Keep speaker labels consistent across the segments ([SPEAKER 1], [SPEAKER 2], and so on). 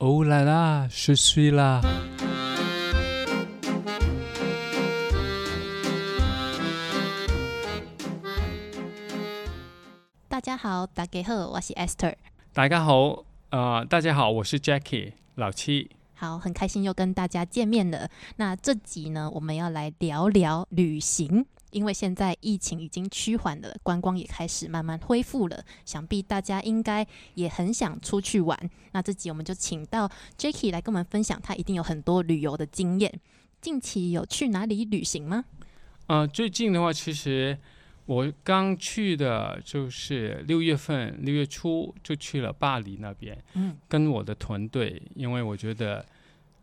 [SPEAKER 1] Oh là là, je suis là.
[SPEAKER 2] 「大家好，大家好，我是 Esther。
[SPEAKER 1] 大家好，呃，大家好，我是 Jackie 老七。
[SPEAKER 2] 好，很开心又跟大家见面了。那这集呢，我们要来聊聊旅行，因为现在疫情已经趋缓了，观光也开始慢慢恢复了，想必大家应该也很想出去玩。那这集我们就请到 Jacky 来跟我们分享，他一定有很多旅游的经验。近期有去哪里旅行吗？
[SPEAKER 1] 呃，最近的话，其实我刚去的就是六月份，六月初就去了巴黎那边，
[SPEAKER 2] 嗯，
[SPEAKER 1] 跟我的团队，因为我觉得，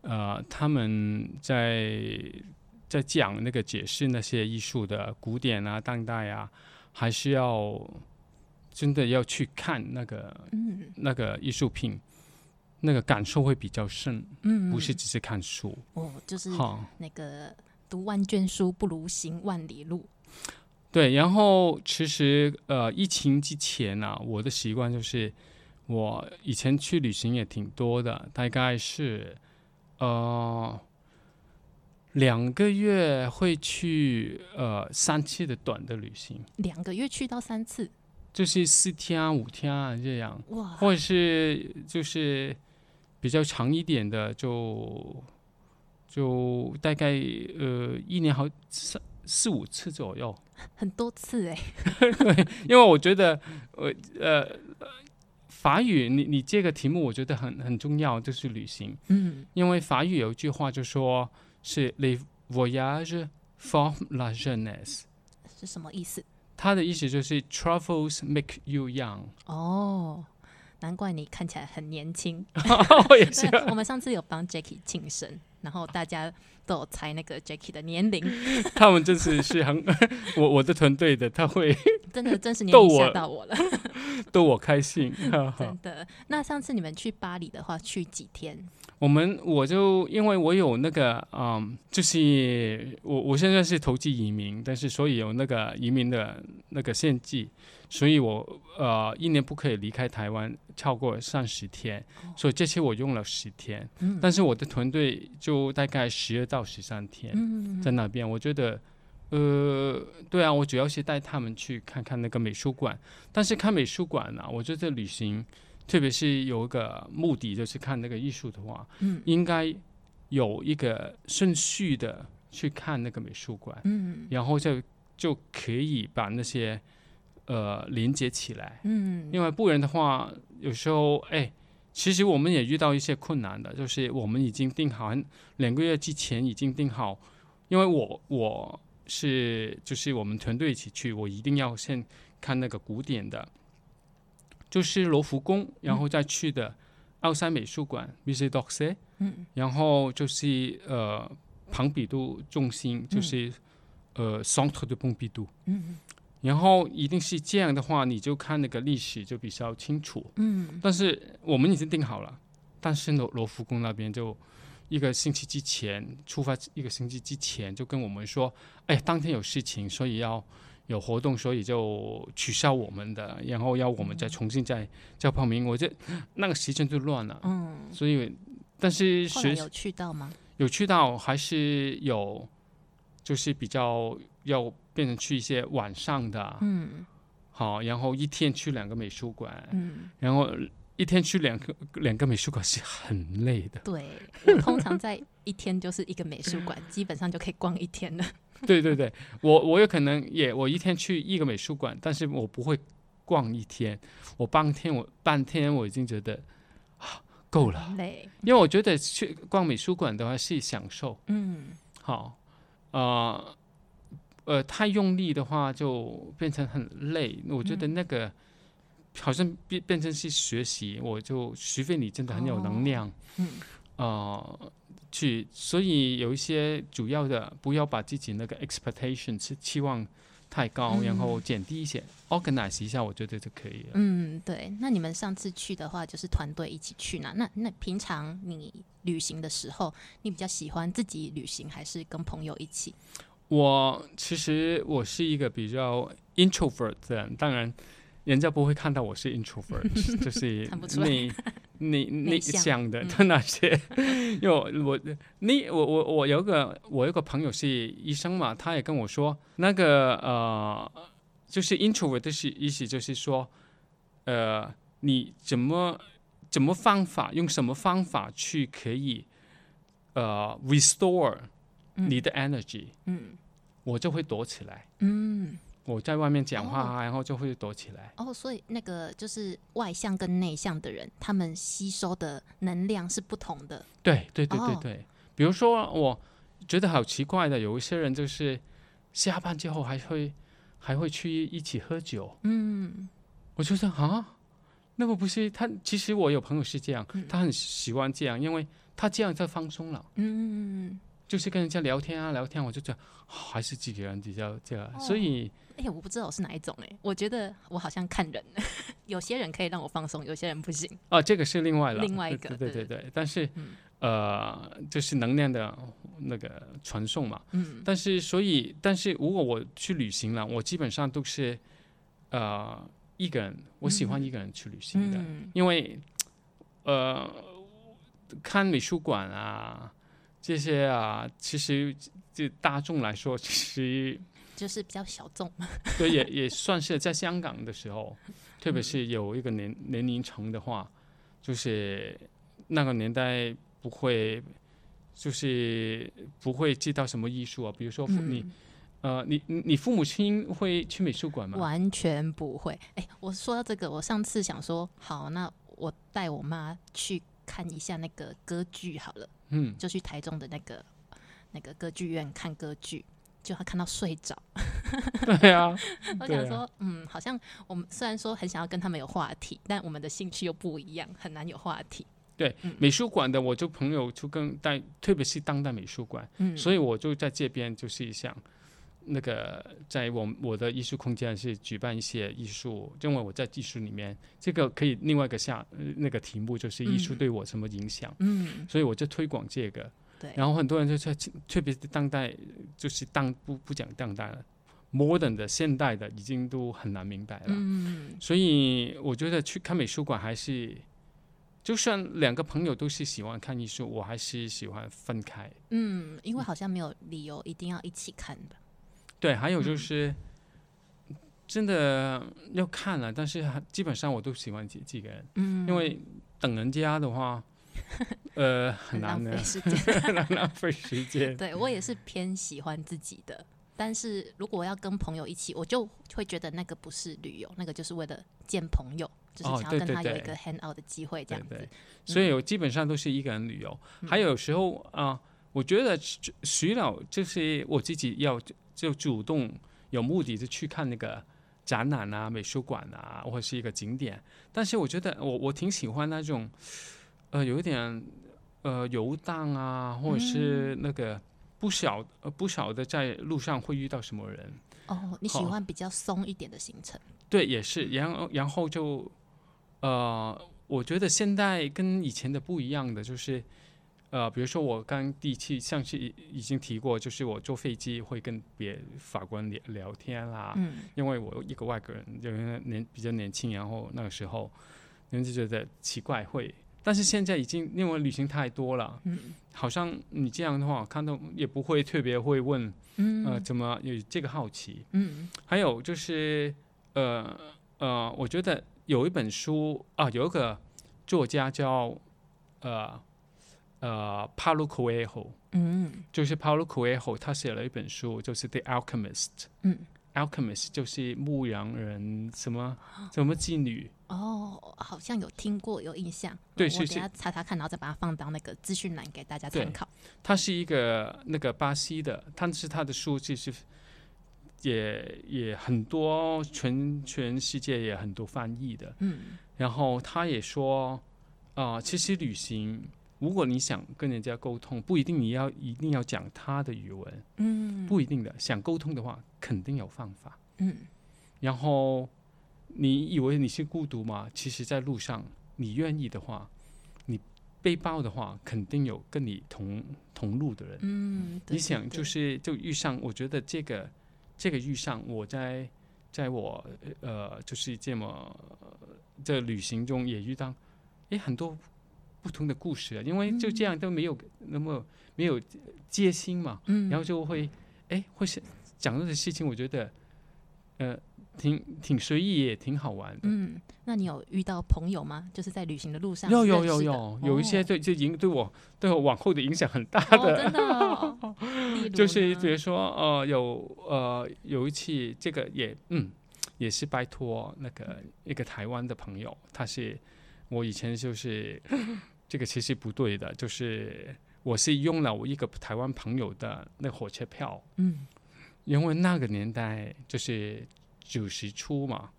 [SPEAKER 1] 呃，他们在在讲那个解释那些艺术的古典啊、当代啊，还是要真的要去看那个
[SPEAKER 2] 嗯
[SPEAKER 1] 那个艺术品，那个感受会比较深，
[SPEAKER 2] 嗯
[SPEAKER 1] 不是只是看书。
[SPEAKER 2] 哦，就是
[SPEAKER 1] 好、
[SPEAKER 2] 那个读万卷书不如行万里路。
[SPEAKER 1] 对，然后其实呃，疫情之前呢、我的习惯就是，我以前去旅行也挺多的，大概是呃两个月会去呃三次的短的旅行，
[SPEAKER 2] 两个月去到三次，
[SPEAKER 1] 就是四天啊、五天啊这样，
[SPEAKER 2] 哇，
[SPEAKER 1] 或者是就是比较长一点的就就大概呃一年好三四五次左右。
[SPEAKER 2] 很多次哎、
[SPEAKER 1] 因为我觉得，我呃，法语你你这个题目我觉得很很重要，就是旅行。
[SPEAKER 2] 嗯，
[SPEAKER 1] 因为法语有一句话就说是 “les voyages forment la jeunesse”，
[SPEAKER 2] 是什么意思？
[SPEAKER 1] 它的意思就是 “travels make you young”。
[SPEAKER 2] 哦，难怪你看起来很年 轻。
[SPEAKER 1] 我哦也是
[SPEAKER 2] 对，啊我们上次有帮 Jacky 庆生，然后大家都有猜那个 Jacky 的年 龄，
[SPEAKER 1] 他们真是是很 我我的团队的，他会
[SPEAKER 2] 真的真实年
[SPEAKER 1] 逗
[SPEAKER 2] 龄
[SPEAKER 1] 我
[SPEAKER 2] 吓到我了，
[SPEAKER 1] 逗我开 心。哈哈
[SPEAKER 2] 真的。那上次你们去巴黎的话，去几天？
[SPEAKER 1] 我们我就因为我有那个嗯，就是我我现在是投资移民，但是所以有那个移民的那个限制，所以我呃一年不可以离开台湾超过三十天，所以这次我用了十天，
[SPEAKER 2] 哦嗯
[SPEAKER 1] 但是我的团队就大概十二到十三天
[SPEAKER 2] 嗯，
[SPEAKER 1] 在那边，我觉得。呃，对啊，我主要是带他们去看看那个美术馆，但是看美术馆呢、我觉得旅行，特别是有一个目的就是看那个艺术的话，
[SPEAKER 2] 嗯
[SPEAKER 1] 应该有一个顺序的去看那个美术馆，
[SPEAKER 2] 嗯
[SPEAKER 1] 然后就就可以把那些呃连接起来。
[SPEAKER 2] 嗯
[SPEAKER 1] 因为不然的话，有时候哎，其实我们也遇到一些困难的，就是我们已经定好两个月之前已经定好，因为我我是就是我们团队一起去，我一定要先看那个古典的，就是罗浮宫，然后再去的奥赛美术馆 （Musée d'Orsay），
[SPEAKER 2] 嗯
[SPEAKER 1] 然后就是呃庞比度中心，就是、呃 Centre de Pompidou。
[SPEAKER 2] 嗯
[SPEAKER 1] 然后一定是这样的话，你就看那个历史就比较清楚。
[SPEAKER 2] 嗯
[SPEAKER 1] 但是我们已经定好了，但是罗罗浮宫那边就一个星期之前出发，一个星期之前就跟我们说，哎，当天有事情，所以要有活动，所以就取消我们的，然后要我
[SPEAKER 2] 嗯
[SPEAKER 1] 们再重新再叫报名。我这那个时间就乱了，
[SPEAKER 2] 嗯，
[SPEAKER 1] 所以但是
[SPEAKER 2] 后来
[SPEAKER 1] 学
[SPEAKER 2] 有去到吗？
[SPEAKER 1] 有去到还是有，就是比较要变成去一些晚上的，
[SPEAKER 2] 嗯
[SPEAKER 1] 好，然后一天去两个美术馆，
[SPEAKER 2] 嗯。。
[SPEAKER 1] 然后一天去两个两个美术馆是很累的
[SPEAKER 2] 对，我通常在一天就是一个美术 馆，基本上就可以逛一天了。
[SPEAKER 1] 对对对，我我有可能也我一天去一个美术馆，但是我不会逛一天，我半天我半天我已经觉得啊够了，
[SPEAKER 2] 累，
[SPEAKER 1] 因为我觉得去逛美术馆的话是享受，
[SPEAKER 2] 嗯
[SPEAKER 1] 好，呃呃太用力的话就变成很累，我觉得那个。好像变变成是学习，我就除非你真的很有
[SPEAKER 2] 哦
[SPEAKER 1] 能量，
[SPEAKER 2] 嗯
[SPEAKER 1] 呃去，所以有一些主要的不要把自己那个 expectation 是期望太高，然后减低一些，organize 一下，我觉得就可以了。
[SPEAKER 2] 嗯，对。那你们上次去的话，就是团队一起去呢。那那平常你旅行的时候，你比较喜欢自己旅行，还是跟朋友一起？
[SPEAKER 1] 我其实我是一个比较 introvert 的人，当然人家不会看到我是 introvert，就是
[SPEAKER 2] 看不出来
[SPEAKER 1] 内你
[SPEAKER 2] 内
[SPEAKER 1] 你
[SPEAKER 2] 向嗯
[SPEAKER 1] 想的的那些， 因为我我你我我我有一个我有一个朋友是医生嘛，他也跟我说，那个呃，就是 introvert 的是意思就是说，呃，你怎么怎么方法，用什么方法去可以呃 restore
[SPEAKER 2] 嗯
[SPEAKER 1] 你的 energy，、
[SPEAKER 2] 嗯
[SPEAKER 1] 我就会躲起来，
[SPEAKER 2] 嗯，
[SPEAKER 1] 我在外面讲话啊，
[SPEAKER 2] 哦
[SPEAKER 1] 然后就会躲起来。
[SPEAKER 2] 哦，所以那个就是外向跟内向的人，他们吸收的能量是不同的。
[SPEAKER 1] 对对对对
[SPEAKER 2] 哦
[SPEAKER 1] 对，比如说我觉得好奇怪的，有一些人就是下班之后还会还会去一起喝酒，
[SPEAKER 2] 嗯
[SPEAKER 1] 我就说啊，那个不是他，其实我有朋友是这样，他很喜欢这样，因为他这样在放松了。
[SPEAKER 2] 嗯，
[SPEAKER 1] 就是跟人家聊天啊，聊天，我就觉得、啊还是自己人比较这个，所
[SPEAKER 2] 哦
[SPEAKER 1] 以
[SPEAKER 2] 哎、我不知道我是哪一种哎、我觉得我好像看人， 有些人可以让我放松，有些人不行。嗯
[SPEAKER 1] 啊，这个是另外了，
[SPEAKER 2] 另外一
[SPEAKER 1] 对
[SPEAKER 2] 个
[SPEAKER 1] 对
[SPEAKER 2] 对
[SPEAKER 1] 对对对，但是、呃，就是能量的那个传送嘛，
[SPEAKER 2] 嗯
[SPEAKER 1] 但是，所以，但是如果我去旅行了，我基本上都是呃一个人，我喜欢一个人去旅行的，
[SPEAKER 2] 嗯
[SPEAKER 1] 因为呃，看美术馆啊这些啊，其实对大众来说，其实
[SPEAKER 2] 就是比较小众。
[SPEAKER 1] 对也也算是在香港的时候，特别是有一个年年龄层的话，就是那个年代不会，就是不会知道什么艺术啊，比如说你。
[SPEAKER 2] 嗯
[SPEAKER 1] 呃，你你你父母亲会去美术馆吗？
[SPEAKER 2] 完全不会。哎、我说到这个，我上次想说，好，那我带我妈去看一下那个歌剧好了，
[SPEAKER 1] 嗯，
[SPEAKER 2] 就去台中的那个那个歌剧院看歌剧。就她看到睡 着，
[SPEAKER 1] 对啊，
[SPEAKER 2] 我
[SPEAKER 1] 对
[SPEAKER 2] 想
[SPEAKER 1] 啊
[SPEAKER 2] 说，嗯，好像我们虽然说很想要跟他们有话题，但我们的兴趣又不一样，很难有话题。
[SPEAKER 1] 对美术馆的，我就朋友就跟带，特别是当代美术馆，
[SPEAKER 2] 嗯，
[SPEAKER 1] 所以我就在这边就是想，那个在我我的艺术空间是举办一些艺术，因为我在艺术里面，这个可以另外一个下呃那个题目就是艺术
[SPEAKER 2] 嗯
[SPEAKER 1] 对我什么影响，
[SPEAKER 2] 嗯，
[SPEAKER 1] 所以我就推广这个，
[SPEAKER 2] 对，
[SPEAKER 1] 然后很多人就在特别是当代，就是当不不讲当代了，modern 的现代的已经都很难明白了。
[SPEAKER 2] 嗯，
[SPEAKER 1] 所以我觉得去看美术馆还是，就算两个朋友都是喜欢看艺术，我还是喜欢分开。
[SPEAKER 2] 嗯，因为好像没有理由一定要一起看吧。
[SPEAKER 1] 对，还
[SPEAKER 2] 嗯
[SPEAKER 1] 有就是，真的要看了，但是还基本上我都喜欢几几个人，
[SPEAKER 2] 嗯，
[SPEAKER 1] 因为等人家的 话，呃，很
[SPEAKER 2] 很浪
[SPEAKER 1] 难的
[SPEAKER 2] 费，时间。
[SPEAKER 1] 很难浪费时 间。
[SPEAKER 2] 对我也是偏喜欢自己的，但是如果要跟朋友一起，我就会觉得那个不是旅游，那个就是为了见朋友，就是
[SPEAKER 1] 哦
[SPEAKER 2] 想
[SPEAKER 1] 对
[SPEAKER 2] 要跟
[SPEAKER 1] 对
[SPEAKER 2] 他有一
[SPEAKER 1] 对
[SPEAKER 2] 个 hang out 的机会这
[SPEAKER 1] 对
[SPEAKER 2] 样子。
[SPEAKER 1] 对，所以我基本上都是一个人旅游。还有时候啊、我觉得徐徐老就是我自己要就主动有目的的去看那个展览啊、美术馆啊，或者是一个景点。但是我觉得我我挺喜欢那种，呃，有一点呃游荡啊，或者是那个。不晓呃不晓得在路上会遇到什么人，
[SPEAKER 2] 哦，你喜
[SPEAKER 1] 好
[SPEAKER 2] 欢比较松一点的行程，
[SPEAKER 1] 对，也是，
[SPEAKER 2] 嗯
[SPEAKER 1] 然后然后就，呃，我觉得现在跟以前的不一样的就是，呃，比如说我刚第一期上次已已经提过，就是我坐飞机会跟别法国人聊聊天啦，
[SPEAKER 2] 嗯
[SPEAKER 1] 因为我一个外国人，有人年比较年轻，然后那个时候人就觉得奇怪会，但是现在已经因为旅行太多了，
[SPEAKER 2] 嗯
[SPEAKER 1] 好像你这样的话，看到也不会特别会问，
[SPEAKER 2] 嗯
[SPEAKER 1] 呃，怎么有这个好奇，
[SPEAKER 2] 嗯
[SPEAKER 1] 还有就是，呃呃，我觉得有一本书啊，有一个作家叫呃呃 Paulo Coelho，
[SPEAKER 2] 嗯
[SPEAKER 1] 就是 Paulo Coelho，他写了一本书，就是《The Alchemist》。
[SPEAKER 2] 嗯，
[SPEAKER 1] 《Alchemist》就是牧羊人什么什么妓女，
[SPEAKER 2] 哦，好像有听过，有印象。嗯
[SPEAKER 1] 对
[SPEAKER 2] 我
[SPEAKER 1] 是
[SPEAKER 2] 等
[SPEAKER 1] 是
[SPEAKER 2] 下查查看，然后再把它放到那个资讯栏给大家
[SPEAKER 1] 对
[SPEAKER 2] 参考。
[SPEAKER 1] 他是一个那个巴西的，但是他的书其实也也很多，全全世界也很多翻译的。
[SPEAKER 2] 嗯
[SPEAKER 1] 然后他也说，啊，其实旅行，如果你想跟人家沟通，不一定你要一定要讲他的语文，
[SPEAKER 2] 嗯
[SPEAKER 1] 不一定的。想沟通的话，肯定有方法。
[SPEAKER 2] 嗯
[SPEAKER 1] 然后你以为你是孤独吗？其实，在路上，你愿意的话，你背包的话，肯定有跟你同同路的人。
[SPEAKER 2] 嗯，对
[SPEAKER 1] 你想，就。
[SPEAKER 2] 对对
[SPEAKER 1] 是就遇上，我觉得这个这个遇上，我在在我呃就是这么呃在旅行中也遇到诶很多不同的故事啊，因为就
[SPEAKER 2] 嗯
[SPEAKER 1] 这样都没有那么没有戒心嘛，
[SPEAKER 2] 嗯，
[SPEAKER 1] 然后就会诶会是讲这些事情，我觉得呃挺挺随意也挺好玩的。
[SPEAKER 2] 嗯，那你有遇到朋友吗？就是在旅行的路上
[SPEAKER 1] 有有
[SPEAKER 2] 认识
[SPEAKER 1] 有
[SPEAKER 2] 的
[SPEAKER 1] 有有一些
[SPEAKER 2] 哦
[SPEAKER 1] 对这影对我对我往后的影响很大
[SPEAKER 2] 哦，
[SPEAKER 1] 的，
[SPEAKER 2] 真的 哦，例如
[SPEAKER 1] 就是
[SPEAKER 2] 呢
[SPEAKER 1] 比如说呃有呃有一期这个也嗯也是拜托那个一个台湾的朋友，他是我以前就是这个其实不对的，就是我是用了我一个台湾朋友的那火车票，
[SPEAKER 2] 嗯
[SPEAKER 1] 因为那个年代就是九十初嘛，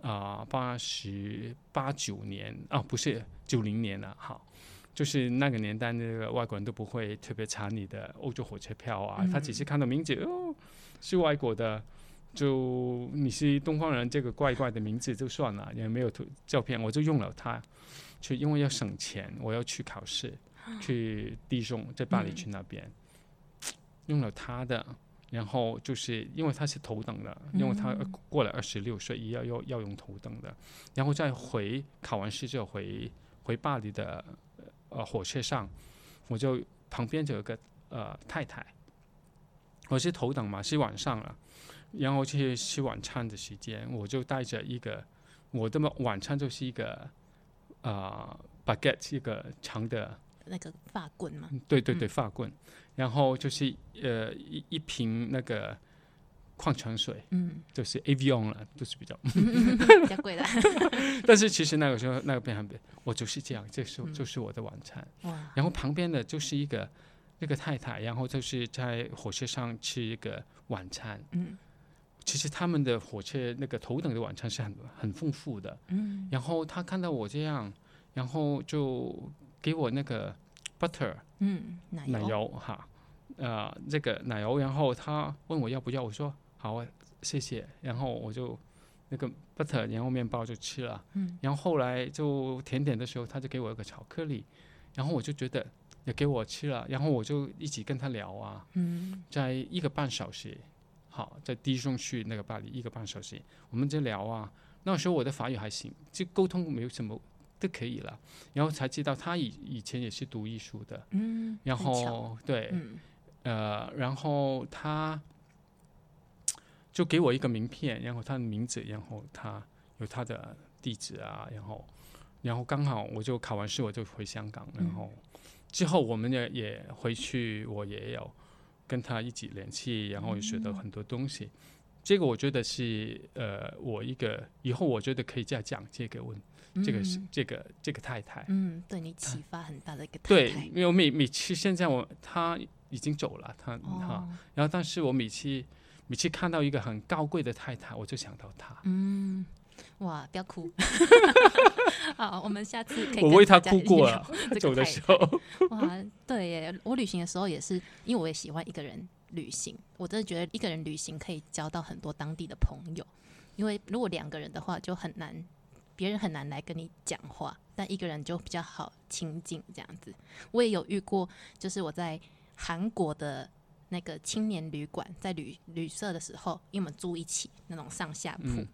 [SPEAKER 1] 啊、8八十八九年啊，不是九零年了，好，就是那个年代那个外国人都不会特别查你的欧洲火车票啊，他只是看到名字哦是外国的，就你是东方人这个怪怪的名字就算了，也没有图照片，我就用了它，去因为要省钱，我要去考试，去地中在巴黎去那边，用了他的。然后就是因为他是头等的，因为他
[SPEAKER 2] 嗯
[SPEAKER 1] 过了二十六岁，要要要用头等的，然后再回考完试之后回回巴黎的呃火车上，我就旁边就有个呃太太，我是头等嘛，是晚上了，然后去吃晚餐的时间，我就带着一个我的晚餐就是一个呃 baguette 一个长的
[SPEAKER 2] 那个发棍嘛，
[SPEAKER 1] 对对对，发棍，然后就是呃一一瓶那个矿泉水，
[SPEAKER 2] 嗯，
[SPEAKER 1] 就是 Avion 了，就是比较，
[SPEAKER 2] 比较贵的，
[SPEAKER 1] 但是其实那个时候那个边还没，我就是这样，这是就是我的晚餐，
[SPEAKER 2] 哇，
[SPEAKER 1] 然后旁边的就是一个那个太太，然后就是在火车上吃一个晚餐，
[SPEAKER 2] 嗯
[SPEAKER 1] 其实他们的火车那个头等的晚餐是很很丰富的，
[SPEAKER 2] 嗯
[SPEAKER 1] 然后他看到我这样，然后就给我那个 butter。
[SPEAKER 2] 嗯，奶
[SPEAKER 1] 奶
[SPEAKER 2] 油，
[SPEAKER 1] 油哈，呃，这个奶油，然后他问我要不要，我说好啊，谢谢，然后我就那个 butter，然后面包就吃了，
[SPEAKER 2] 嗯，
[SPEAKER 1] 然后后来就甜点的时候，他就给我一个巧克力，然后我就觉得也给我吃了，然后我就一起跟他聊啊，
[SPEAKER 2] 嗯
[SPEAKER 1] 在一个半小时，好，在低中去那个巴黎一个半小时，我们就聊啊。那时候我的法语还行，就沟通没有什么都可以了。然后才知道他以以前也是读艺术的，
[SPEAKER 2] 嗯，
[SPEAKER 1] 然
[SPEAKER 2] 很巧
[SPEAKER 1] 后对，
[SPEAKER 2] 嗯
[SPEAKER 1] 呃，然后他就给我一个名片，然后他的名字，然后他有他的地址啊，然后然后刚好我就考完试我就回香港，然
[SPEAKER 2] 嗯
[SPEAKER 1] 后之后我们也也回去，我也有跟他一起联系，然后也学到很多东西。这个我觉得是呃，我一个以后我觉得可以再讲这个问，这个是
[SPEAKER 2] 嗯
[SPEAKER 1] 这个这个太太。
[SPEAKER 2] 嗯，对你启发很大的一个太
[SPEAKER 1] 对
[SPEAKER 2] 太，
[SPEAKER 1] 因为我每每次现在我他已经走了，他哈、
[SPEAKER 2] 哦，
[SPEAKER 1] 然后，但是我每次每次看到一个很高贵的太太，我就想到她，
[SPEAKER 2] 嗯，哇，不要哭， 好，我们下次可以
[SPEAKER 1] 我
[SPEAKER 2] 跟
[SPEAKER 1] 为她
[SPEAKER 2] 大家
[SPEAKER 1] 哭
[SPEAKER 2] 一起
[SPEAKER 1] 过
[SPEAKER 2] 聊
[SPEAKER 1] 了，
[SPEAKER 2] 这个
[SPEAKER 1] 走的
[SPEAKER 2] 太
[SPEAKER 1] 时
[SPEAKER 2] 太
[SPEAKER 1] 候。
[SPEAKER 2] 哇，对耶！我旅行的时候也是，因为我也喜欢一个人旅行，我真的觉得一个人旅行可以交到很多当地的朋友。因为如果两个人的话，就很难，别人很难来跟你讲话，但一个人就比较好亲近这样子。我也有遇过，就是我在韩国的那个青年旅馆，在旅旅社的时候，因为我们住一起那种上下铺。
[SPEAKER 1] 嗯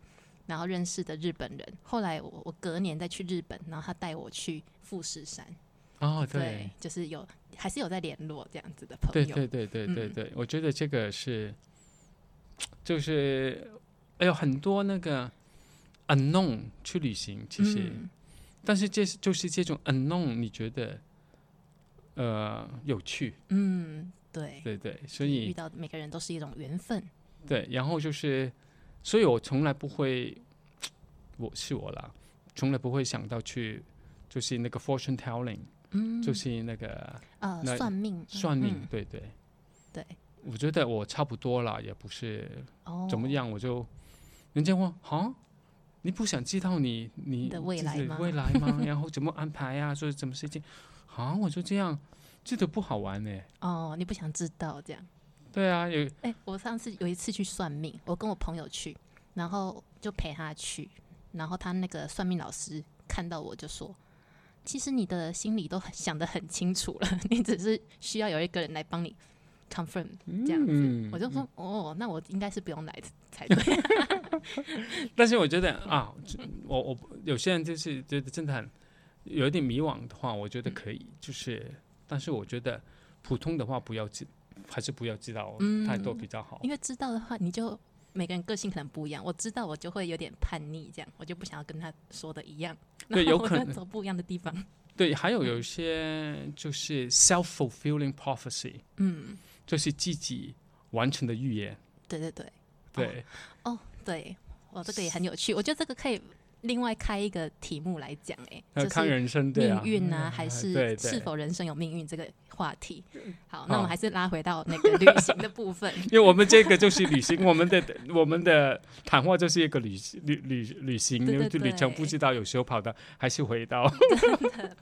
[SPEAKER 2] 然后认识的日本人，后来我我隔年再去日本，然后他带我去富士山，
[SPEAKER 1] 哦，
[SPEAKER 2] 对
[SPEAKER 1] 对，，
[SPEAKER 2] 就是有还是有在联络这样子的朋
[SPEAKER 1] 对
[SPEAKER 2] 友。
[SPEAKER 1] 对对对对
[SPEAKER 2] 嗯
[SPEAKER 1] 对，我觉得这个是，就是，哎呦，很多那个 unknown 去旅行，其实，
[SPEAKER 2] 嗯
[SPEAKER 1] 但是这是就是这种 unknown，你觉得，呃，有趣，
[SPEAKER 2] 嗯，对，
[SPEAKER 1] 对对，所
[SPEAKER 2] 就是
[SPEAKER 1] 以
[SPEAKER 2] 遇到每个人都是一种缘分。
[SPEAKER 1] 对，然后就是，所以我从来不会，我是我啦，从来不会想到去，就是那个 fortune telling，、
[SPEAKER 2] 嗯，
[SPEAKER 1] 就是那个
[SPEAKER 2] 呃
[SPEAKER 1] 那
[SPEAKER 2] 算命，
[SPEAKER 1] 算命，
[SPEAKER 2] 嗯
[SPEAKER 1] 对对，
[SPEAKER 2] 对
[SPEAKER 1] 我觉得我差不多啦，也不是
[SPEAKER 2] 哦，
[SPEAKER 1] 怎么？样，我就人家问哈，你不想知道你你
[SPEAKER 2] 的未
[SPEAKER 1] 自
[SPEAKER 2] 来
[SPEAKER 1] 己的
[SPEAKER 2] 吗
[SPEAKER 1] 未来吗？然后怎么安排呀、做什么事情？啊，我就这样，这都不好玩呢、
[SPEAKER 2] 哦，你不想知道这样？
[SPEAKER 1] 对啊，有
[SPEAKER 2] 哎、我上次有一次去算命，我跟我朋友去，然后就陪他去，然后他那个算命老师看到我就说。其实你的心里都很想得很清楚了， 你只是需要有一个人来帮你 confirm 这样子。
[SPEAKER 1] 嗯
[SPEAKER 2] 我就说哦，那我应该是不用来才对。
[SPEAKER 1] 但是我觉得啊，这我我有些人就是觉得真的很，有一点迷惘的话，我觉得可以，
[SPEAKER 2] 嗯
[SPEAKER 1] 就是，但是我觉得普通的话不要知，还是不要知道太多比较好。
[SPEAKER 2] 因为知道的话，你就每个人个性可能不一样。我知道，我就会有点叛逆，这样我就不想要跟他说的一样，
[SPEAKER 1] 对
[SPEAKER 2] 然后
[SPEAKER 1] 有
[SPEAKER 2] 我
[SPEAKER 1] 可
[SPEAKER 2] 就
[SPEAKER 1] 能
[SPEAKER 2] 走不一样的地方。
[SPEAKER 1] 对，还有有一些就是 self fulfilling prophecy，
[SPEAKER 2] 嗯，哦
[SPEAKER 1] 就是自己完成的预言。
[SPEAKER 2] 对对对，
[SPEAKER 1] 对，
[SPEAKER 2] 哦，对，哦，这个也很有趣。我觉得这个可以另外开一个题目来讲、欸，
[SPEAKER 1] 那、
[SPEAKER 2] 哎，
[SPEAKER 1] 呃
[SPEAKER 2] 就
[SPEAKER 1] 看
[SPEAKER 2] 是
[SPEAKER 1] 人生对啊
[SPEAKER 2] 命，运啊，还
[SPEAKER 1] 对
[SPEAKER 2] 是
[SPEAKER 1] 对
[SPEAKER 2] 是否人生有命运这个话题。好，那
[SPEAKER 1] 好
[SPEAKER 2] 我们还是拉回到那个旅行的部分。
[SPEAKER 1] 因为我们这个就是旅行， 我们的我们的谈话就是一个旅旅旅旅行，
[SPEAKER 2] 对
[SPEAKER 1] 因为
[SPEAKER 2] 对
[SPEAKER 1] 旅程
[SPEAKER 2] 对
[SPEAKER 1] 不知道有时候跑的还是回到。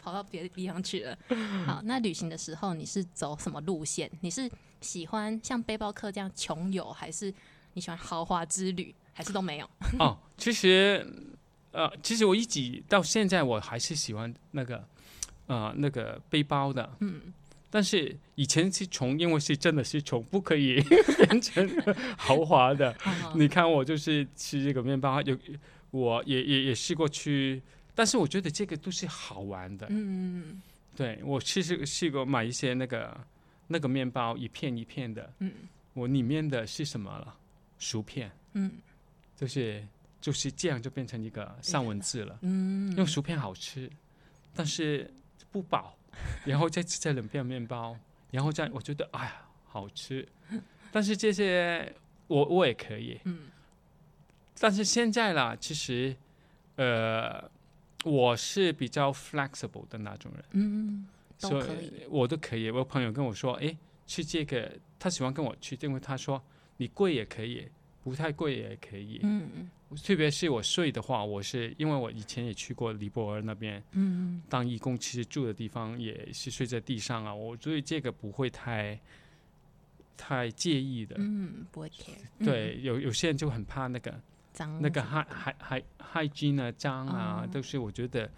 [SPEAKER 2] 跑到别的地方去了。好，那旅行的时候你是走什么路线？你是喜欢像背包客这样穷游，还是你喜欢豪华之旅，还是都没有？
[SPEAKER 1] 哦，其实，呃，其实我一直到现在我还是喜欢那个，呃，那个背包的，嗯。但是以前是穷，因为是真的是穷，不可以 变成豪华的。
[SPEAKER 2] 嗯
[SPEAKER 1] 你看我就是吃这个面包，有我也也也试过去，但是我觉得这个都是好玩的。
[SPEAKER 2] 嗯，
[SPEAKER 1] 对我试试试过买一些那个那个面包，一片一片的。嗯，我里面的是什么了？薯片。
[SPEAKER 2] 嗯，哎
[SPEAKER 1] 就是就是这样就变成一个散文字了。
[SPEAKER 2] 嗯，
[SPEAKER 1] 用薯片好吃，但是不饱，然后再吃这两片面包，然后再我觉得哎呀好 吃，但是这些我我也可以。嗯，但是现在啦，其实呃我是比较 flexible 的那种人。
[SPEAKER 2] 嗯，都
[SPEAKER 1] 所
[SPEAKER 2] 可以
[SPEAKER 1] 我都可以。我朋友跟我说，诶，去这个，他喜欢跟我去，因为他说你贵也可以，不太贵也可以。
[SPEAKER 2] 嗯
[SPEAKER 1] 特别是我睡的话，我是因为我以前也去过尼泊尔那边
[SPEAKER 2] 嗯
[SPEAKER 1] 当义工，其实住的地方也是睡在地上啊，我对这个不会太太介意的。
[SPEAKER 2] 嗯，不会 care。嗯，
[SPEAKER 1] 对，有有些人就很怕那个，
[SPEAKER 2] 脏
[SPEAKER 1] 那个 hy hy hy hygiene 啊、脏啊，
[SPEAKER 2] 哦
[SPEAKER 1] 都是我觉得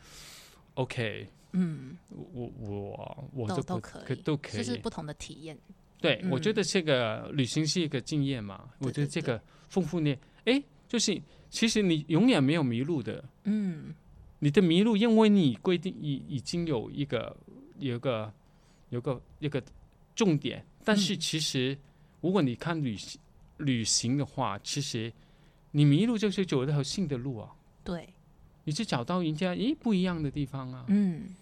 [SPEAKER 1] OK，
[SPEAKER 2] 嗯，
[SPEAKER 1] 我我我
[SPEAKER 2] 都
[SPEAKER 1] 都
[SPEAKER 2] 都
[SPEAKER 1] 不
[SPEAKER 2] 可以，
[SPEAKER 1] 都可以，
[SPEAKER 2] 就是不同的体验。
[SPEAKER 1] 对，我觉
[SPEAKER 2] 嗯
[SPEAKER 1] 得这个旅行是一个经验嘛，我
[SPEAKER 2] 对
[SPEAKER 1] 觉得
[SPEAKER 2] 对
[SPEAKER 1] 这
[SPEAKER 2] 对
[SPEAKER 1] 个丰富呢，哎，就是其实你永远没有迷路的，
[SPEAKER 2] 嗯，
[SPEAKER 1] 你的迷路因为你规定已已经有一个有一个有一个一个重点，但是
[SPEAKER 2] 嗯
[SPEAKER 1] 其实如果你看旅行旅行的话，其实你迷路就是走一条新的路啊，
[SPEAKER 2] 对，
[SPEAKER 1] 你去找到人家诶不一样的地方啊，
[SPEAKER 2] 嗯，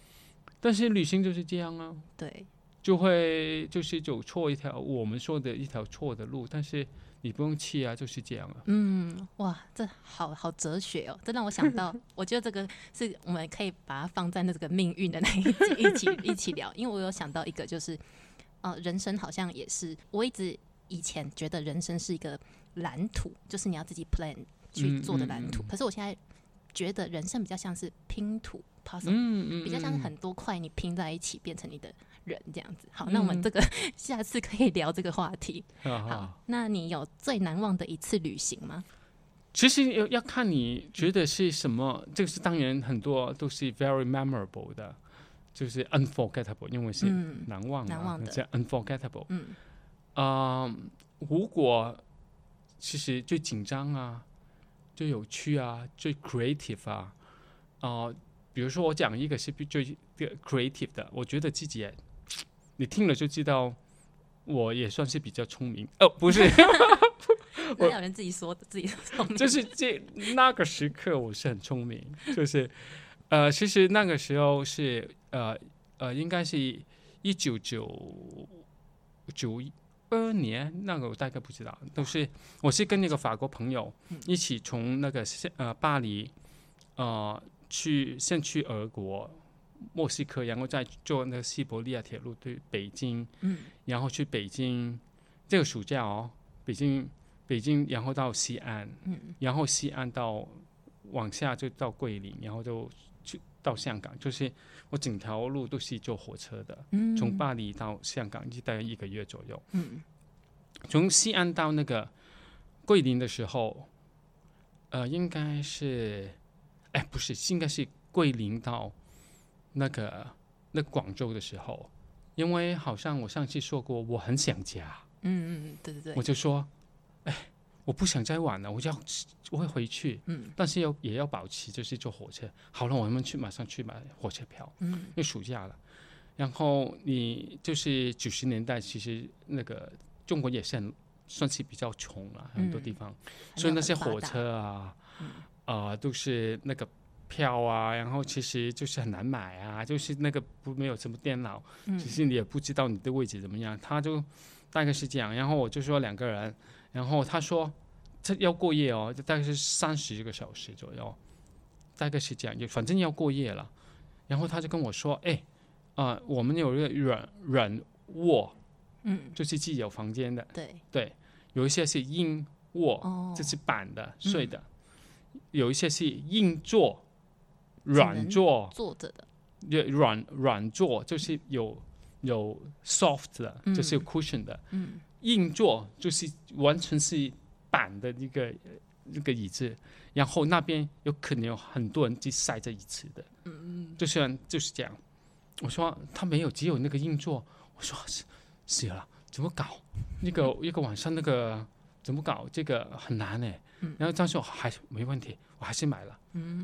[SPEAKER 1] 但是旅行就是这样啊，
[SPEAKER 2] 对，
[SPEAKER 1] 就会就是走错一条我们说的一条错的路，但是你不用气啊，就是这样啊。
[SPEAKER 2] 嗯，哇，这好好哲学哦，这让我想到，我觉得这个是我们可以把它放在那个命运的那一集一起一起聊，因为我有想到一个，就是，呃，人生好像也是，我一直以前觉得人生是一个蓝图，就是你要自己 plan 去
[SPEAKER 1] 嗯
[SPEAKER 2] 做的
[SPEAKER 1] 嗯
[SPEAKER 2] 蓝图，可是我现在觉得人生比较像是拼图 puzzle，、
[SPEAKER 1] 嗯嗯，
[SPEAKER 2] 比较像是
[SPEAKER 1] 嗯
[SPEAKER 2] 很多块你拼在一起变成你的人这样子。好，
[SPEAKER 1] 嗯
[SPEAKER 2] 那我们这个 下次可以聊这个话题。
[SPEAKER 1] 嗯好
[SPEAKER 2] 好
[SPEAKER 1] 好，
[SPEAKER 2] 那你有最难忘的一次旅行吗？
[SPEAKER 1] 其实要要看你觉得是什么，这个是当然很多都是 very memorable 的，就是 unforgettable，因为是
[SPEAKER 2] 嗯
[SPEAKER 1] 难忘啊嘛
[SPEAKER 2] 难忘的
[SPEAKER 1] 叫 unforgettable。
[SPEAKER 2] 嗯
[SPEAKER 1] 啊、如果其实最紧张啊，最有趣啊，最 creative 啊，啊、比如说我讲一个是最最 creative 的，我觉得自己也，你听了就知道，我也算是比较聪明，哦，不是，
[SPEAKER 2] 哪有人自己说的自己说明？
[SPEAKER 1] 就是这那个时刻我是很聪明，就是，呃，其实那个时候是呃呃，应该是一九九九二年，那个我大概不知道，都是我是跟那个法国朋友一起从那个先呃巴黎，呃去先去俄国。墨西哥，然后再坐那个西伯利亚铁路对北京，
[SPEAKER 2] 嗯，
[SPEAKER 1] 然后去北京，这个暑假哦，北京北京，然后到西安，
[SPEAKER 2] 嗯，
[SPEAKER 1] 然后西安到往下就到桂林，然后就去到香港，就是我整条路都是坐火车的，
[SPEAKER 2] 嗯
[SPEAKER 1] 从巴黎到香港就大概一个月左右。
[SPEAKER 2] 嗯
[SPEAKER 1] 从西安到那个桂林的时候，呃，应该是，哎，不是，应该是桂林到那个那个广州的时候，因为好像我上次说过，我很想家。
[SPEAKER 2] 嗯嗯，对对对
[SPEAKER 1] 我，就说，哎，我不想再玩了，我要我会回去，
[SPEAKER 2] 嗯
[SPEAKER 1] 但是要也要保持就是坐火车。好了，我们去马上去买火车票，
[SPEAKER 2] 嗯
[SPEAKER 1] 因为暑假了。然后你就是九十年代，其实那个中国也是很算是比较穷了，很
[SPEAKER 2] 嗯
[SPEAKER 1] 多地方，所以那些火，车啊，啊、都是那个票啊，然后其实就是很难买啊，就是那个不没有什么电脑，
[SPEAKER 2] 还没有很发达嗯
[SPEAKER 1] 其实你也不知道你的位置怎么样，他就大概是这样。然后我就说两个人，然后他说这要过夜哦，就大概是三十个小时左右，大概是这样，就反正要过夜了。然后他就跟我说，哎，啊、我们有一个软软卧，
[SPEAKER 2] 嗯，
[SPEAKER 1] 就是自己有房间的，
[SPEAKER 2] 对，
[SPEAKER 1] 对，有一些是硬卧，
[SPEAKER 2] 哦，
[SPEAKER 1] 这是板的睡的，有一些是硬座、软
[SPEAKER 2] 能
[SPEAKER 1] 座。
[SPEAKER 2] 坐着的，
[SPEAKER 1] 也软软座，就是有有 soft 的，
[SPEAKER 2] 嗯
[SPEAKER 1] 就是有 cushion 的；
[SPEAKER 2] 嗯
[SPEAKER 1] 硬座就是完全是板的一个一个椅子，然后那边有可能有很多人就塞着椅子的，
[SPEAKER 2] 嗯嗯，
[SPEAKER 1] 就虽然就是这样。我说他没有，只有那个硬座。我说是是了，怎么搞？那个 一个晚上那个怎么搞？这个很难哎、
[SPEAKER 2] 嗯
[SPEAKER 1] 然后他说还是没问题，我还是买了，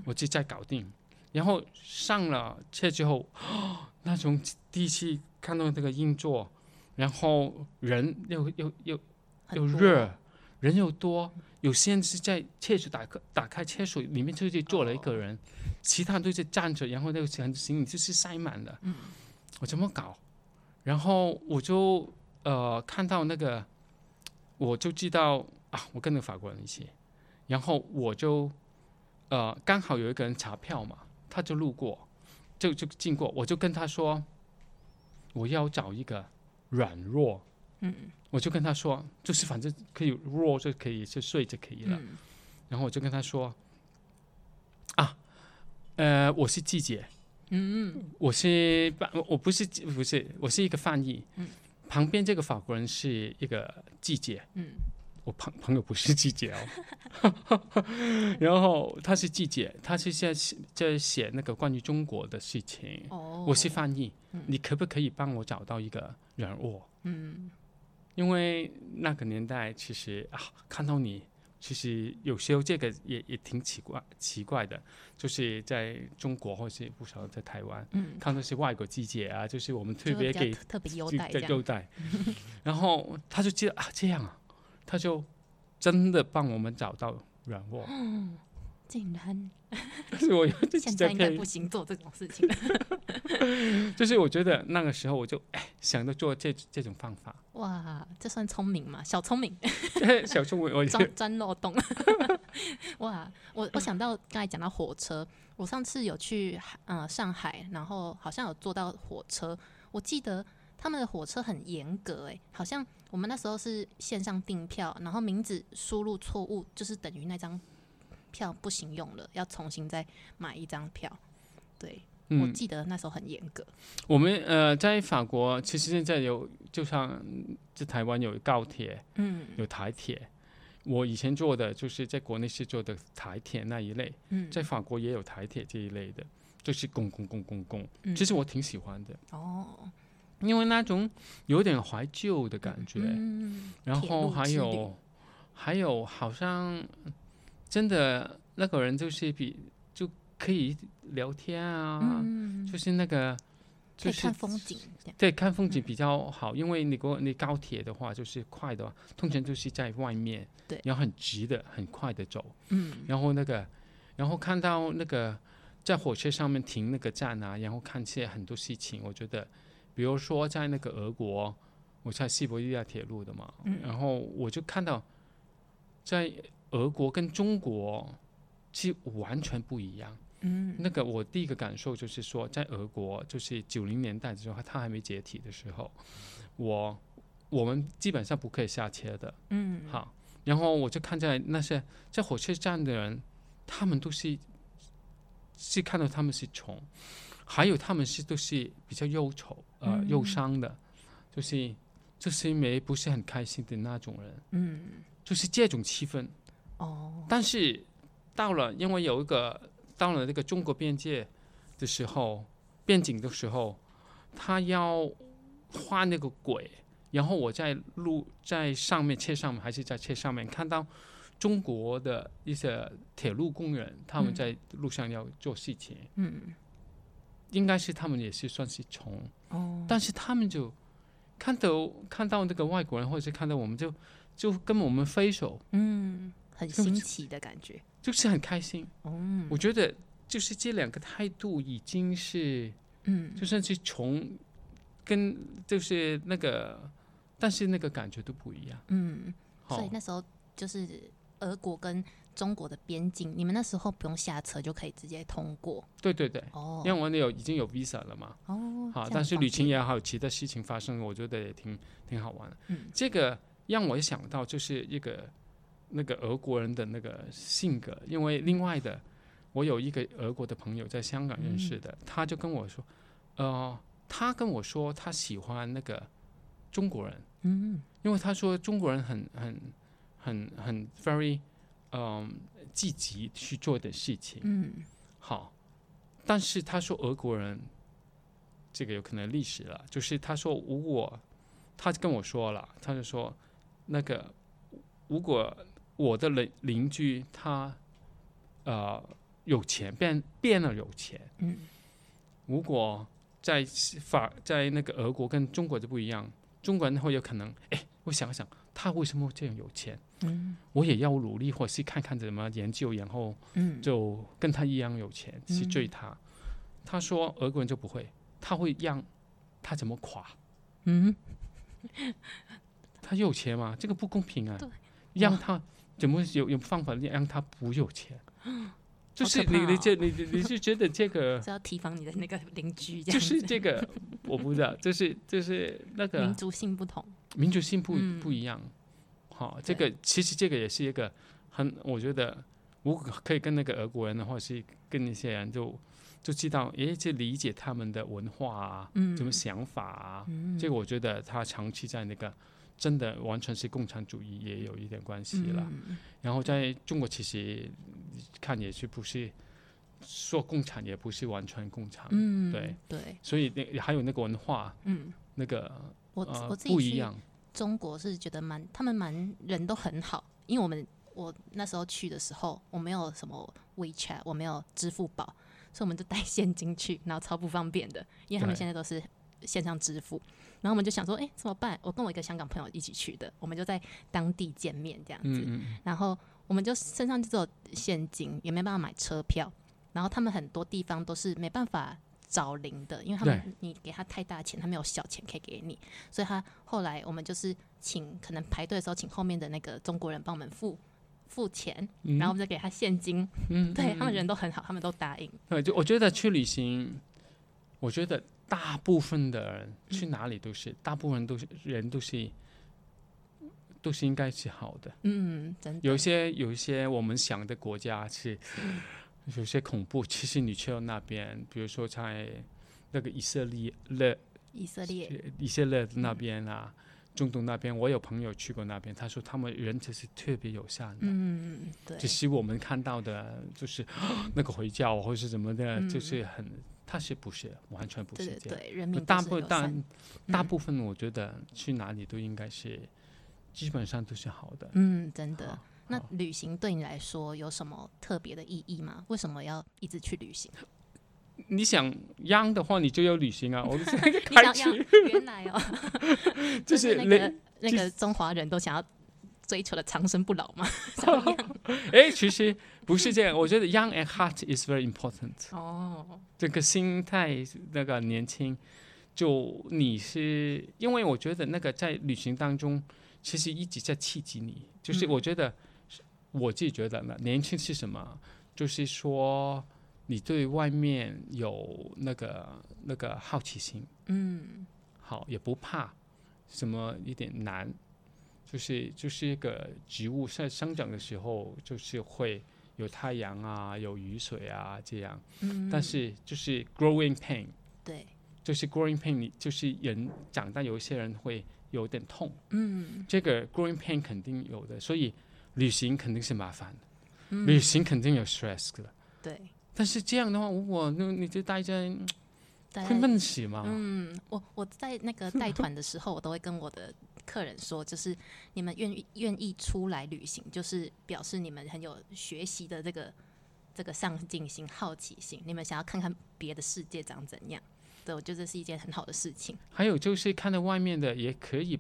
[SPEAKER 1] 我就再搞定。然后上了车之后， 那从第一次看到那个硬座，然后人又又又
[SPEAKER 2] 很
[SPEAKER 1] 又
[SPEAKER 2] 多，
[SPEAKER 1] 热，人又多，有些人是在厕所打开打开厕所里面就是坐了一个人，其他人都是站着，然后那个行行李就是塞满了，
[SPEAKER 2] 嗯
[SPEAKER 1] 我怎么搞？然后我就呃看到那个，我就知道啊，我跟那个法国人一起，然后我就呃刚好有一个人查票嘛，他就路过，就就经过，我就跟他说，我要找一个软弱。
[SPEAKER 2] 嗯
[SPEAKER 1] 我就跟他说，就是反正可以 roll 就可以，就睡就可以了。
[SPEAKER 2] 嗯
[SPEAKER 1] 然后我就跟他说，啊，呃，我是季姐，
[SPEAKER 2] 嗯
[SPEAKER 1] 我是不我不是不是，我是一个翻译。
[SPEAKER 2] 嗯
[SPEAKER 1] 旁边这个法国人是一个季姐，
[SPEAKER 2] 嗯
[SPEAKER 1] 我朋朋友不是季姐哦。 然后他是季姐，他是在写在写那个关于中国的事情。
[SPEAKER 2] 哦，
[SPEAKER 1] 我是翻译，
[SPEAKER 2] 嗯
[SPEAKER 1] 你可不可以帮我找到一个人物？
[SPEAKER 2] 嗯
[SPEAKER 1] 因为那个年代其实啊，看到你，其实有时候这个也也挺奇怪奇怪的，就是在中国或是不少在台湾，
[SPEAKER 2] 嗯，
[SPEAKER 1] 看到是外国季节啊，就是我们特
[SPEAKER 2] 就
[SPEAKER 1] 别
[SPEAKER 2] 会比较
[SPEAKER 1] 给
[SPEAKER 2] 特特别优
[SPEAKER 1] 就
[SPEAKER 2] 待这
[SPEAKER 1] 在
[SPEAKER 2] 样，
[SPEAKER 1] 优待，然后他就知道啊这样啊，他就真的帮我们找到软卧，
[SPEAKER 2] 竟然
[SPEAKER 1] 就是我有自己
[SPEAKER 2] 嗯现在
[SPEAKER 1] 在
[SPEAKER 2] 应该
[SPEAKER 1] 看
[SPEAKER 2] 不行做这种事情了，
[SPEAKER 1] 就是我觉得那个时候我就哎想到做这这种方法，
[SPEAKER 2] 哇，这算聪明吗？小聪明。
[SPEAKER 1] 小宋我我就
[SPEAKER 2] 钻钻漏洞。 哇，我我想到刚才讲到火车，我上次有去呃上海，然后好像有坐到火车，我记得他们的火车很严格、欸，好像我们那时候是线上订票，然后名字输入错误，就是等于那张票不行用了，要重新再买一张票。对，我
[SPEAKER 1] 嗯。
[SPEAKER 2] 记得那时候很严格。
[SPEAKER 1] 我们呃，在法国其实现在有，就像嗯在台湾有高铁，
[SPEAKER 2] 嗯
[SPEAKER 1] 有台铁。我以前做的就是在国内是做的台铁那一类，
[SPEAKER 2] 嗯，
[SPEAKER 1] 在法国也有台铁这一类的，就是拱拱拱拱拱，
[SPEAKER 2] 嗯
[SPEAKER 1] 其实我挺喜欢的，
[SPEAKER 2] 哦，
[SPEAKER 1] 因为那种有点怀旧的感觉。
[SPEAKER 2] 嗯
[SPEAKER 1] 然
[SPEAKER 2] 铁
[SPEAKER 1] 后
[SPEAKER 2] 路
[SPEAKER 1] 还
[SPEAKER 2] 之旅
[SPEAKER 1] 有还有好像真的那个人就是比就可以聊天啊，
[SPEAKER 2] 嗯，
[SPEAKER 1] 就是那个
[SPEAKER 2] 可
[SPEAKER 1] 就
[SPEAKER 2] 以
[SPEAKER 1] 是
[SPEAKER 2] 看风景这样。
[SPEAKER 1] 对，看风景
[SPEAKER 2] 嗯
[SPEAKER 1] 比较好，因为你国你高铁的话就是快的话，通常就是在外面，
[SPEAKER 2] 对
[SPEAKER 1] 然后很直的、很快的走，
[SPEAKER 2] 嗯
[SPEAKER 1] 然后那个，然后看到那个在火车上面停那个站啊，然后看些很多事情，我觉得，比如说在那个俄国，我在西伯利亚铁路的嘛，
[SPEAKER 2] 嗯
[SPEAKER 1] 然后我就看到在俄国跟中国是完全不一样。
[SPEAKER 2] 嗯
[SPEAKER 1] 那个我第一个感受就是说，在俄国，就是九零年代的时候，它还没解体的时候，我我们基本上不可以下车的，
[SPEAKER 2] 嗯，
[SPEAKER 1] 好，然后我就看在那些在火车站的人，他们都是是看到他们是穷，还有他们是都是比较忧愁呃
[SPEAKER 2] 嗯
[SPEAKER 1] 忧伤的，就是就是因为不是很开心的那种人，
[SPEAKER 2] 嗯，
[SPEAKER 1] 就是这种气氛，
[SPEAKER 2] 哦，
[SPEAKER 1] 但是到了，因为有一个到了那个中国边界的时候，边境的时候，他要画那个轨，然后我在路在上面车上面还是在车上面看到中国的一些铁路工人，他们
[SPEAKER 2] 嗯
[SPEAKER 1] 在路上要做事情，
[SPEAKER 2] 嗯，
[SPEAKER 1] 应该是他们也是算是穷，
[SPEAKER 2] 哦，
[SPEAKER 1] 但是他们就看到看到那个外国人或者是看到我们就就跟我们挥手，
[SPEAKER 2] 嗯，很
[SPEAKER 1] 是不
[SPEAKER 2] 新
[SPEAKER 1] 是
[SPEAKER 2] 奇的感觉，
[SPEAKER 1] 就是很开心。
[SPEAKER 2] 嗯
[SPEAKER 1] 我觉得就是这两个态度已经是，
[SPEAKER 2] 嗯，
[SPEAKER 1] 就算是穷跟就是那个，但是那个感觉都不一样。
[SPEAKER 2] 嗯，
[SPEAKER 1] 好
[SPEAKER 2] 所以，那时候就是俄国跟中国的边境，你们那时候不用下车就可以直接通过
[SPEAKER 1] 对对对，
[SPEAKER 2] 哦
[SPEAKER 1] 因为我们有已经有 visa 了嘛，
[SPEAKER 2] 哦，
[SPEAKER 1] 好，
[SPEAKER 2] 这样
[SPEAKER 1] 但
[SPEAKER 2] 很
[SPEAKER 1] 是
[SPEAKER 2] 方
[SPEAKER 1] 旅行
[SPEAKER 2] 便
[SPEAKER 1] 也好，有其他事情发生，我觉得也挺挺好玩的。
[SPEAKER 2] 嗯
[SPEAKER 1] 这个让我想到就是一个那个俄国人的那个性格，因为另外的，我有一个俄国的朋友在香港认
[SPEAKER 2] 嗯
[SPEAKER 1] 识的，他就跟我说，呃，他跟我说他喜欢那个中国人，
[SPEAKER 2] 嗯
[SPEAKER 1] 因为他说中国人很很很很 very 嗯、积极去做的事情，
[SPEAKER 2] 嗯
[SPEAKER 1] 好，但是他说俄国人，这个有可能历史了，就是他说如果他跟我说了，他就说那个如果我的邻邻居他呃有钱变变了有钱，
[SPEAKER 2] 嗯
[SPEAKER 1] 如果在法在那个俄国跟中国就不一样，中国人会有可能哎，我想想他为什么这样有钱，
[SPEAKER 2] 嗯
[SPEAKER 1] 我也要努力，或是看看怎么研究，然后。
[SPEAKER 2] 嗯，
[SPEAKER 1] 就跟他一样有钱去
[SPEAKER 2] 嗯
[SPEAKER 1] 追他。他说俄国人就不会，他会让他怎么垮？
[SPEAKER 2] 嗯
[SPEAKER 1] 他有钱吗？这个不公平啊
[SPEAKER 2] 对！
[SPEAKER 1] 让他怎么有有方法让他不有钱？就是你
[SPEAKER 2] 哦好可怕
[SPEAKER 1] 你
[SPEAKER 2] 哦
[SPEAKER 1] 这你你你就觉得这个
[SPEAKER 2] 是要提防你的那个邻居，这
[SPEAKER 1] 就
[SPEAKER 2] 样
[SPEAKER 1] 是
[SPEAKER 2] 子
[SPEAKER 1] 这个我不知道，就是就是那个
[SPEAKER 2] 民族性不同，
[SPEAKER 1] 民族性不
[SPEAKER 2] 嗯
[SPEAKER 1] 不一样。好，这个其实这个也是一个很，我觉得我可以跟那个俄国人的，或者是跟一些人就就知道，诶，去理解他们的文化啊，
[SPEAKER 2] 嗯，
[SPEAKER 1] 怎么想法啊。
[SPEAKER 2] 嗯，
[SPEAKER 1] 这个我觉得他长期在那个真的完全是共产主义也有一点关系了。
[SPEAKER 2] 嗯
[SPEAKER 1] 然后在中国其实看也是不是说共产也不是完全共产，
[SPEAKER 2] 嗯，
[SPEAKER 1] 对
[SPEAKER 2] 对，
[SPEAKER 1] 所以那还有那个文化
[SPEAKER 2] 嗯，
[SPEAKER 1] 那个
[SPEAKER 2] 我
[SPEAKER 1] 呃
[SPEAKER 2] 我自己
[SPEAKER 1] 不一
[SPEAKER 2] 去
[SPEAKER 1] 样，
[SPEAKER 2] 中国是觉得蛮，他们蛮人都很好，因为我们我那时候去的时候，我没有什么 WeChat，我没有支付宝，所以我们就带现金去，然后超不方便的，因为他们
[SPEAKER 1] 对
[SPEAKER 2] 现在都是线上支付。然后我们就想说，哎、怎么办？我跟我一个香港朋友一起去的，我们就在当地见面这样子。
[SPEAKER 1] 嗯嗯
[SPEAKER 2] 然后我们就身上就只有现金，也没办法买车票。然后他们很多地方都是没办法找零的，因为他们你给他太大钱，他没有小钱可以给你，所以他后来我们就是请可能排队的时候请后面的那个中国人帮我们付付钱，
[SPEAKER 1] 嗯，
[SPEAKER 2] 然后我们就给他现金。
[SPEAKER 1] 嗯，
[SPEAKER 2] 对
[SPEAKER 1] 嗯
[SPEAKER 2] 他们人都很好，他们都答应。
[SPEAKER 1] 对，就我觉得去旅行，我觉得大部分的人
[SPEAKER 2] 嗯
[SPEAKER 1] 去哪里都是，大部分都是人都是都是应该是好的。
[SPEAKER 2] 嗯，真的。
[SPEAKER 1] 有一些有一些我们想的国家是有些恐怖，其实你去到那边，比如说在那个以色列、勒
[SPEAKER 2] 以色列，嗯
[SPEAKER 1] 以色列那边啊，中东那边，我有朋友去过那边，他说他们人其实特别友善的。
[SPEAKER 2] 嗯，对
[SPEAKER 1] 只，是我们看到的，就是那个回教啊或是什么的，
[SPEAKER 2] 嗯
[SPEAKER 1] 就是很，他是不是完全不
[SPEAKER 2] 对
[SPEAKER 1] 是
[SPEAKER 2] 对
[SPEAKER 1] 这样？
[SPEAKER 2] 对，人民
[SPEAKER 1] 大
[SPEAKER 2] 都是
[SPEAKER 1] 部
[SPEAKER 2] 友善
[SPEAKER 1] 分。大
[SPEAKER 2] 嗯
[SPEAKER 1] 大部分，我觉得去哪里都应该是，基本上都是好的。
[SPEAKER 2] 嗯，真的。
[SPEAKER 1] 好
[SPEAKER 2] 那
[SPEAKER 1] 好
[SPEAKER 2] 旅行对你来说有什么特别的意义吗？为什么要一直去旅行？
[SPEAKER 1] 你想央的话，你就要旅行 啊，我就是
[SPEAKER 2] 你
[SPEAKER 1] 开
[SPEAKER 2] 想
[SPEAKER 1] 去，
[SPEAKER 2] 要 原来 哦，
[SPEAKER 1] 就
[SPEAKER 2] 就是是那
[SPEAKER 1] 那
[SPEAKER 2] 个那
[SPEAKER 1] 就
[SPEAKER 2] 个中华人都想要追求的长生不老 嘛，想要养
[SPEAKER 1] 哎，其实不是这样。我觉得 young and heart is very important。
[SPEAKER 2] 哦，
[SPEAKER 1] 这个心态那个年轻，就你是因为我觉得那个在旅行当中，其实一直在刺激你，就是
[SPEAKER 2] 嗯
[SPEAKER 1] 我觉得我自己觉得呢，年轻是什么？就是说你对外面有那个那个好奇心，
[SPEAKER 2] 嗯
[SPEAKER 1] 好也不怕什么一点难，就是就是一个植物在生长的时候，就是会有太阳啊，有雨水啊这样。
[SPEAKER 2] 嗯，
[SPEAKER 1] 但是就是 growing pain，
[SPEAKER 2] 对，
[SPEAKER 1] 就是 growing pain，你就是人长大有一些人会有点痛，
[SPEAKER 2] 嗯
[SPEAKER 1] 这个 growing pain 肯定有的，所以旅行肯定是麻烦的，
[SPEAKER 2] 嗯，
[SPEAKER 1] 旅行肯定有 stress 的。
[SPEAKER 2] 对，
[SPEAKER 1] 但是这样的话，如果那你就待在嗯
[SPEAKER 2] 大
[SPEAKER 1] 会
[SPEAKER 2] 家
[SPEAKER 1] 闷死吗？
[SPEAKER 2] 哎嗯，我我在那个带团的时候，我都会跟我的客人说，就是你们愿意愿意出来旅行，就是表示你们很有学习的这个这个上进心、好奇心，你们想要看看别的世界长怎样。对，我觉得这是一件很好的事情。
[SPEAKER 1] 还有就是看到外面的也可以，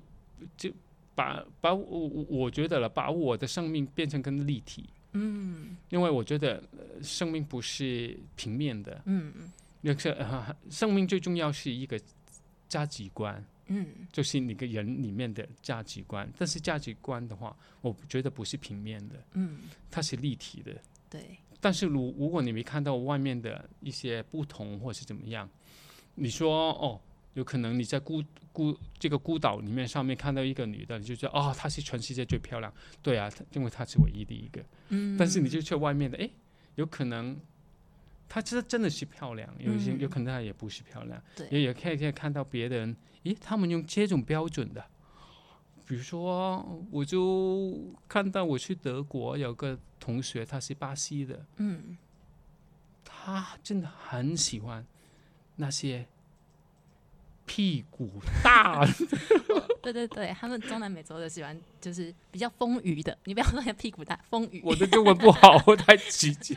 [SPEAKER 1] 就把把我我我觉得了，把我的生命变成更立体。嗯，因为我觉得、呃生命不是平面的，
[SPEAKER 2] 嗯嗯
[SPEAKER 1] 那是、呃、生命最重要是一个价值观，
[SPEAKER 2] 嗯
[SPEAKER 1] 就是你个人里面的价值观。但是价值观的话，我觉得不是平面的，
[SPEAKER 2] 嗯，
[SPEAKER 1] 它是立体的。
[SPEAKER 2] 对，
[SPEAKER 1] 但是如如果你没看到外面的一些不同或是怎么样，你说哦，有可能你在孤孤这个孤岛里面上面看到一个女的，你就觉得哦，她是全世界最漂亮，对啊，她因为她是唯一的一个。
[SPEAKER 2] 嗯。
[SPEAKER 1] 但是你就去外面的，诶，有可能她真真的是漂亮，有一些
[SPEAKER 2] 嗯
[SPEAKER 1] 有可能她也不是漂亮，
[SPEAKER 2] 对
[SPEAKER 1] 也也可以可以看到别人，咦，他们用这种标准的。比如说，我就看到我去德国有个同学，他是巴西的，
[SPEAKER 2] 嗯
[SPEAKER 1] 他真的很喜欢那些屁股大
[SPEAKER 2] 对对对，他们中南美洲的喜欢就是比较丰腴的，你不要说人屁股大，丰腴
[SPEAKER 1] 我的中文不好，我太直接。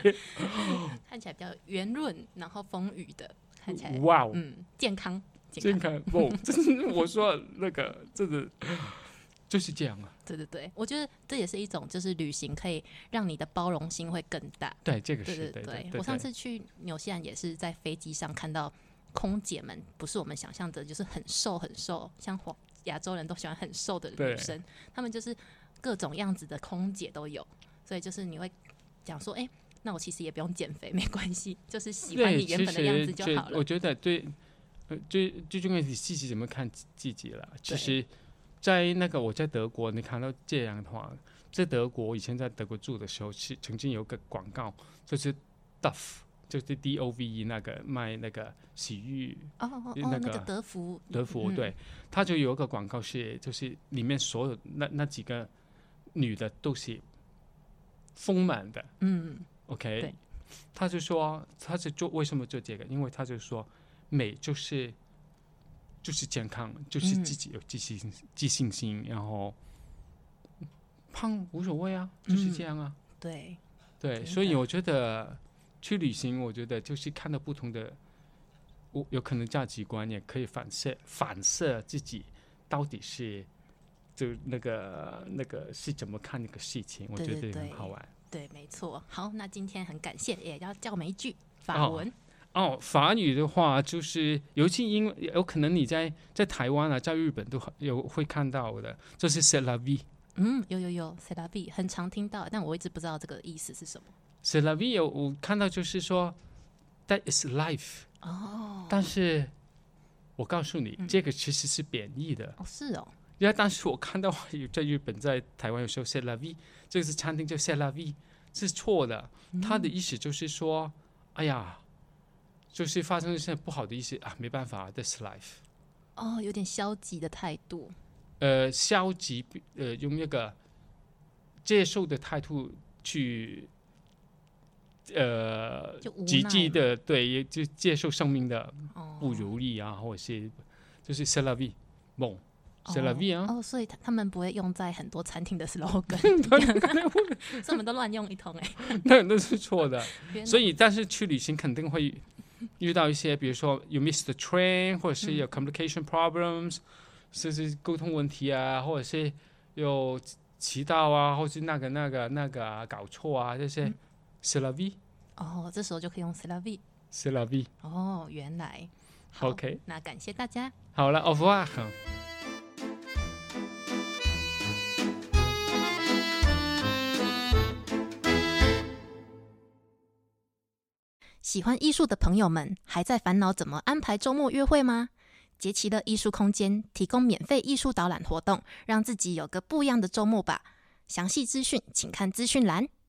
[SPEAKER 2] 看起来比较圆润，然后丰腴的看起来，
[SPEAKER 1] 哇，哦，
[SPEAKER 2] 嗯，健康健
[SPEAKER 1] 健
[SPEAKER 2] 康。
[SPEAKER 1] 康不？真是我说那个真的就是这样啊。
[SPEAKER 2] 对对对，我觉得这也是一种就是旅行可以让你的包容心会更大。
[SPEAKER 1] 对，这个
[SPEAKER 2] 对
[SPEAKER 1] 是
[SPEAKER 2] 对
[SPEAKER 1] 对
[SPEAKER 2] 我上
[SPEAKER 1] 对
[SPEAKER 2] 次去纽西兰也是在飞机上看到空姐们，不是我们想象的，就是很瘦很瘦，像华亚洲人都喜欢很瘦的
[SPEAKER 1] 对
[SPEAKER 2] 女生，她们就是各种样子的空姐都有，所以就是你会讲说，哎、那我其实也不用减肥，没关系，就是喜欢
[SPEAKER 1] 对，
[SPEAKER 2] 你原
[SPEAKER 1] 其
[SPEAKER 2] 本的样
[SPEAKER 1] 实
[SPEAKER 2] 子就
[SPEAKER 1] 这
[SPEAKER 2] 好
[SPEAKER 1] 我
[SPEAKER 2] 了。
[SPEAKER 1] 觉得对，呃，最最重要的是自己怎么看自自己了。其
[SPEAKER 2] 对
[SPEAKER 1] 实，在那个我在德国，你看到这样的话，在德国以前在德国住的时候，是曾经有个广告，就是 Dove，就是 D O V E 那个卖那个洗浴
[SPEAKER 2] 哦哦哦，
[SPEAKER 1] 那
[SPEAKER 2] 那
[SPEAKER 1] 个
[SPEAKER 2] 个德芙，
[SPEAKER 1] 德芙，
[SPEAKER 2] 嗯，
[SPEAKER 1] 对，它就有一个广告是，就是里面所有那那几个女的都是丰满的。
[SPEAKER 2] 嗯
[SPEAKER 1] OK，
[SPEAKER 2] 对
[SPEAKER 1] 他就说他是做为什么做这个？因为他就说美就是就是健康，就是
[SPEAKER 2] 嗯
[SPEAKER 1] 自己有自信、自信心，然后胖无所谓啊，
[SPEAKER 2] 嗯
[SPEAKER 1] 就是这样啊。
[SPEAKER 2] 对，
[SPEAKER 1] 对，
[SPEAKER 2] 真
[SPEAKER 1] 所以
[SPEAKER 2] 的
[SPEAKER 1] 我觉得去旅行，我觉得就是看到不同的，我有可能价值观也可以反射反射自己到底是就那个那个是怎么看那个事情，我
[SPEAKER 2] 对
[SPEAKER 1] 觉
[SPEAKER 2] 对
[SPEAKER 1] 得很
[SPEAKER 2] 对
[SPEAKER 1] 好玩。
[SPEAKER 2] 对，没错。好，那今天很感谢，也要叫我们一句法
[SPEAKER 1] 哦
[SPEAKER 2] 文。
[SPEAKER 1] 哦，法语的话，就是尤其因为有可能你在在台湾啊，在日本都很有会看到的，就是 c e l a v i
[SPEAKER 2] 嗯，有有有 c e l a v 很常听到，但我一直不知道这个意思是什么。
[SPEAKER 1] c e l a v i 有我看到就是说 that is life，
[SPEAKER 2] 哦，嗯
[SPEAKER 1] 但是我告诉你，这个其实是贬义的。
[SPEAKER 2] 哦是哦，
[SPEAKER 1] 因为当时我看到有在日本、在台湾有时候 c e l a v i 这个是餐厅叫 c e l a v i 是错的，
[SPEAKER 2] 嗯
[SPEAKER 1] 它的意思就是说，哎呀，就是发生一些不好的意思啊，没办法，that's life。
[SPEAKER 2] 哦有点消极的态度。
[SPEAKER 1] 呃消极呃用一个接受的态度去呃
[SPEAKER 2] 就无
[SPEAKER 1] 极
[SPEAKER 2] 奈
[SPEAKER 1] 致
[SPEAKER 2] 嘛
[SPEAKER 1] 的对，也就接受生命的
[SPEAKER 2] 哦
[SPEAKER 1] 不如意啊，或者是就是 c e l a v i 梦 c e l a
[SPEAKER 2] 哦
[SPEAKER 1] v i 啊，
[SPEAKER 2] 哦，所以他他们不会用在很多餐 厅的 slogan，所 以我们都乱用一通 哎、
[SPEAKER 1] 那那是错的。
[SPEAKER 2] 原
[SPEAKER 1] 所以，但是去旅行肯定会遇到一些，比如说有 miss the train，或者是有 communication problems，甚至沟通问题啊，或者是有迟到啊，或是那个那个那个啊搞错啊这些。c e l a v i
[SPEAKER 2] 哦，这时候就可以用 c e l a v
[SPEAKER 1] c e l a v i
[SPEAKER 2] 哦，原来好
[SPEAKER 1] OK，
[SPEAKER 2] 那感谢大家。
[SPEAKER 1] 好了，au revoir。
[SPEAKER 2] 喜欢艺术的朋友们，还在烦恼怎么安排周末约会吗？杰奇的艺术空间提供免费艺术导览活动，让自己有个不一样的周末吧。详细资讯请看资讯栏。